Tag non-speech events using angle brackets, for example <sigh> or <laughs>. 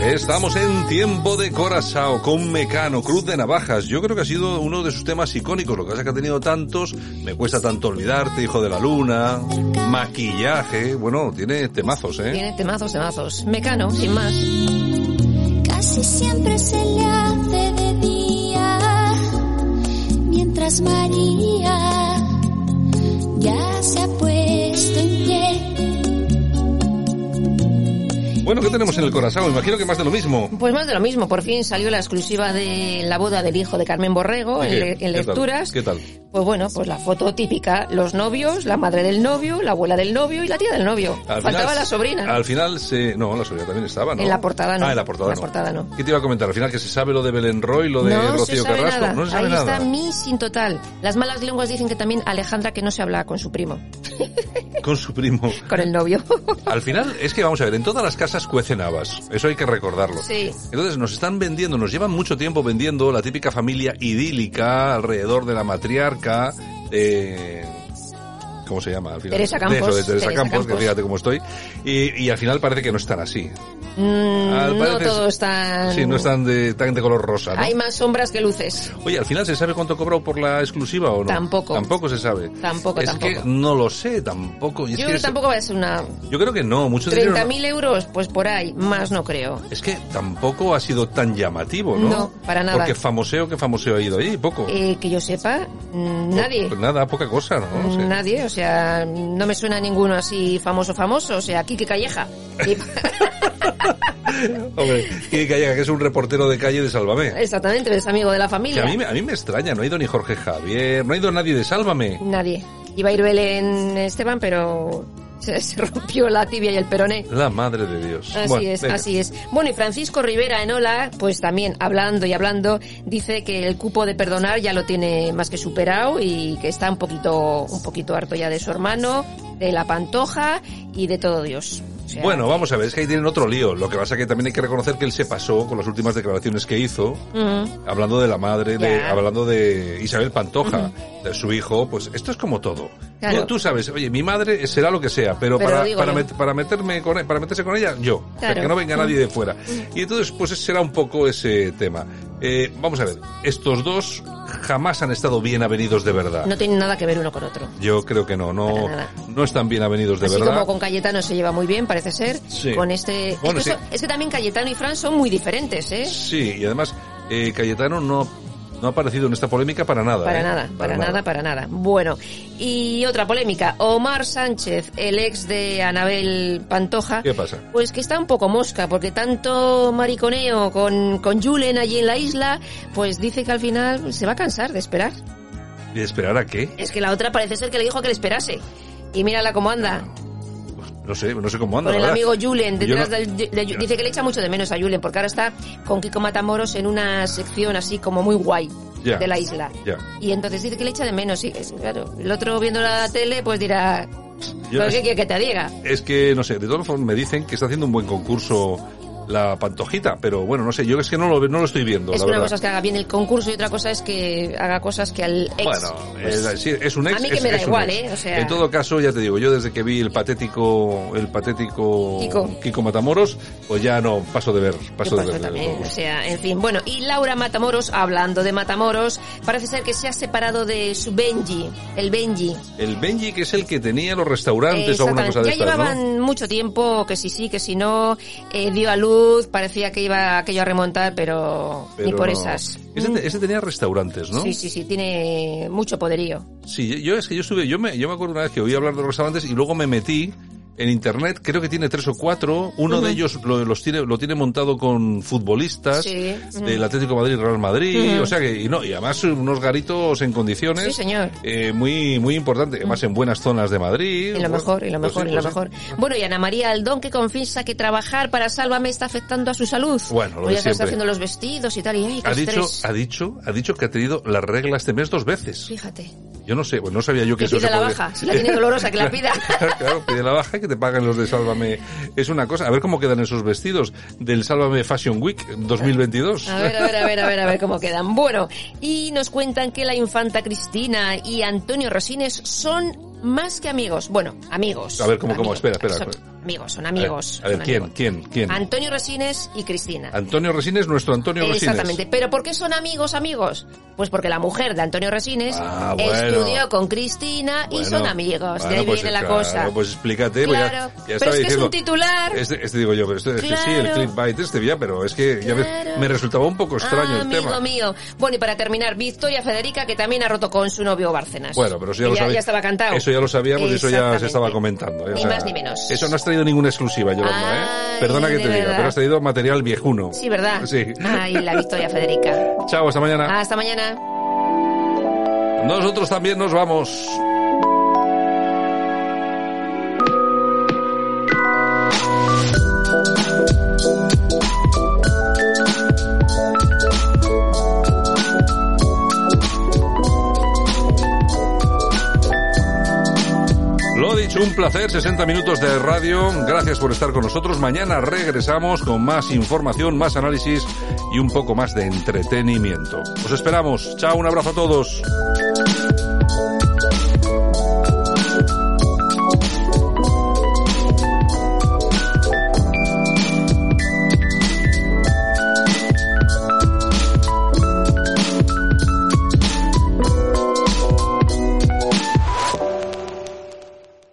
Estamos en tiempo de Corazao con Mecano, Cruz de Navajas. Yo creo que ha sido uno de sus temas icónicos. Lo que pasa es que ha tenido tantos. Me cuesta tanto olvidarte, Hijo de la Luna, Maquillaje. Bueno, tiene temazos, ¿eh? Tiene temazos, temazos. Mecano, sin más. Casi siempre se le hace de día, mientras María ya se ha puesto en pie. Bueno, ¿qué tenemos en el Corazao? Imagino que más de lo mismo. Pues más de lo mismo, por fin salió la exclusiva de la boda del hijo de Carmen Borrego ¿Y en, qué? le- en ¿Qué tal? lecturas. ¿Qué tal? Pues bueno, pues la foto típica, los novios, la madre del novio, la abuela del novio y la tía del novio. Al Faltaba final- la sobrina. Al final se... No, la sobrina también estaba, ¿no? En la portada no. Ah, en la portada En la no. portada no. ¿Qué te iba a comentar? Al final que se sabe lo de Belén Roy, lo de no Rocío se sabe Carrasco. nada. No se sabe Ahí nada. está mi sin total. Las malas lenguas dicen que también Alejandra que no se hablaba con su primo, Con su primo. con <laughs> el novio. Al final, es que vamos a ver, en todas las casas cuecen habas. Eso hay que recordarlo. Sí. Entonces nos están vendiendo, nos llevan mucho tiempo vendiendo la típica familia idílica alrededor de la matriarca. eh, ¿Cómo se llama? Al final, Teresa de eso, Campos, de Teresa, Teresa Campos, que Campos. fíjate cómo estoy. Y, y al final parece que no están así. Mm, Al no parecer- todo está... Sí, no están de, tan de color rosa. ¿no? Hay más sombras que luces. Oye, ¿al final se sabe cuánto cobró por la exclusiva o no? Tampoco. Tampoco se sabe. Tampoco, es tampoco. que no lo sé, tampoco. Y es que Yo creo que es- tampoco va a ser una... Yo creo que no, mucho dinero no. 30.000 euros, pues por ahí, más no creo. Es que tampoco ha sido tan llamativo, ¿no? No, para nada. Porque famoseo que famoseo ha ido ahí, poco. Eh, que yo sepa, mm, nadie. Pues nada, poca cosa, ¿no? No sé. Nadie, o sea, no me suena a ninguno así famoso, famoso, o sea, <laughs> Kike Calleja. Y- <laughs> Hombre, Kike Calleja, que es un reportero de calle de Eh, Sálvame. Exactamente, es amigo de la Que familia. a mí, me- a mí me extraña, no ha ido ni Jorge Javier, no ha ido nadie de Sálvame. Nadie. Iba a ir Belén Esteban, pero se, se rompió la tibia y el peroné. La madre de Dios. Así Bueno, es, venga. así es. Bueno, y Francisco Rivera en Ola, pues también hablando y hablando, dice que el cupo de perdonar ya lo tiene más que superado y que está un poquito, un poquito harto ya de su hermano, de la pantoja y de todo Dios. O sea, Bueno, vamos a ver, es que ahí tienen otro lío. Lo que pasa que también hay que reconocer que él se pasó con las últimas declaraciones que hizo, ujú, hablando de la madre, de, Ya. hablando de Isabel Pantoja, de su hijo, pues esto es como todo. Claro. Tú, tú sabes, oye, mi madre será lo que sea, pero, Pero para, digo para, yo. met- para meterme con, e- para meterse con ella, yo, O sea, Claro. que no venga nadie de fuera. Y entonces, pues ese será un poco ese tema. Eh, vamos a ver, estos dos jamás han estado bien avenidos de verdad. no tiene nada que ver uno con otro. Yo creo que no, no, Para nada. no están bien avenidos de Así verdad. como con Cayetano se lleva muy bien, parece ser. Sí. Con este. Bueno, es, que sí. eso- es que también Cayetano y Fran son muy diferentes, ¿eh? Sí, y además, eh, Cayetano no, no ha aparecido en esta polémica para nada. Para ¿eh? nada, para nada, para nada. Bueno, y otra polémica. Omar Sánchez, el ex de Anabel Pantoja. ¿Qué pasa? Pues que está un poco mosca, porque tanto mariconeo con, con Julen allí en la isla, pues dice que al final se va a cansar de esperar. ¿Y esperar a qué? Es que la otra parece ser que le dijo que le esperase. Y mírala cómo anda. No sé, no sé cómo anda. Con el la verdad. amigo Julen, Yo detrás no- del, de- de- yo- dice que le echa mucho de menos a Julen, porque ahora está con Kiko Matamoros en una sección así como muy guay Ya. de la isla. Ya. Y entonces dice que le echa de menos, sí, es- claro. El otro viendo la tele, pues dirá, Yo- ¿pero qué quiere que te diga? Es que, no sé, de todas formas me dicen que está haciendo un buen concurso la pantojita, pero bueno, no sé, yo es que no lo, ve- no lo estoy viendo, Es la que una verdad. cosa es que haga bien el concurso y otra cosa es que haga cosas que al ex... Bueno, pues, eh, sí, es un ex. a mí que es- me da es un igual, ex. ¿eh? O sea- En todo caso, ya te digo, yo desde que vi el patético, el patético Kiko. Matamoros, pues ya no, paso de ver, paso Yo de paso ver. también, o sea, en fin. Bueno, y Laura Matamoros, hablando de Matamoros, parece ser que se ha separado de su Benji, el Benji. El Benji que es el que tenía los restaurantes o alguna cosa de Exactamente. ya estas, ¿no? llevaban mucho tiempo, que si sí, que si no, eh, dio a luz, parecía que iba aquello a remontar, pero, Pero ni por no. esas. Mm. Ese, te- ese tenía restaurantes, ¿no? Sí, sí, sí, tiene mucho poderío. Sí, yo es que yo estuve, yo me, yo me acuerdo una vez que oí hablar de los restaurantes y luego me metí en internet, creo que tiene tres o cuatro, uno de ellos lo, los tiene, lo tiene montado con futbolistas Sí, ujú. del Atlético de Madrid, y Real Madrid, Ujú. o sea que, y no, y además unos garitos en condiciones. Sí, señor. eh, muy, muy importante, además en buenas zonas de Madrid. Y Pues- lo mejor, y lo pues mejor, sí, y lo pues sí. mejor. Bueno, y Ana María Aldón que confiesa que trabajar para Sálvame está afectando a su salud. Bueno, lo de Pues ya se está siempre. haciendo los vestidos y tal, y ay, qué Ha dicho, estrés. ha dicho, ha dicho que ha tenido la regla este mes dos veces. Fíjate. Yo no sé, pues no sabía yo que, Que eso pida se la podía- baja. Si la tiene dolorosa, <laughs> que la pida. claro, pide la baja y que te paguen los de Sálvame. Es una cosa. A ver cómo quedan esos vestidos del Sálvame Fashion Week 2022. A ver, a ver, a ver, a ver, a ver cómo quedan. Bueno, y nos cuentan que la infanta Cristina y Antonio Rosines son más que amigos. Bueno, amigos. A ver, ¿cómo, cómo? Amigos. Espera, espera, Son- espera. amigos, son amigos. A ver, son ¿quién, amigos. quién, quién? Antonio Rosines y Cristina. Antonio Resines, nuestro Antonio Resines. Exactamente. ¿Pero por qué son amigos, amigos? Pues porque la mujer de Antonio Resines Ah, bueno. estudió con Cristina y Bueno, son amigos. de bueno, ahí pues, viene la claro, cosa. Pues explícate, pues ya- Claro. ya, Pero estaba es que es diciendo. un titular. Este, este digo yo, pero este, este sí, el Claro. clickbait este ya, pero es que ya Claro. me, me resultaba un poco Pues extraño Ah, el amigo tema. mío. Bueno, y para terminar, Victoria Federica, que también ha roto con su novio Bárcenas. Bueno, pero eso ya Que lo sabíamos. estaba cantado. Eso ya lo sabíamos y eso ya se Exactamente. estaba comentando. ¿eh? O Ni sea, más ni menos. Eso no has traído ninguna exclusiva, Yolanda, ¿eh? Ay, Perdona que de te diga, verdad. pero has traído material viejuno. Sí, ¿verdad? Ah, Sí. Ah. Ay, la <laughs> Victoria Federica. Chao, hasta mañana. Hasta mañana. Nosotros también nos vamos. Lo dicho, un placer, 60 minutos de radio. Gracias por estar con nosotros. Mañana regresamos con más información, más análisis y un poco más de entretenimiento. Os esperamos. Chao, un abrazo a todos.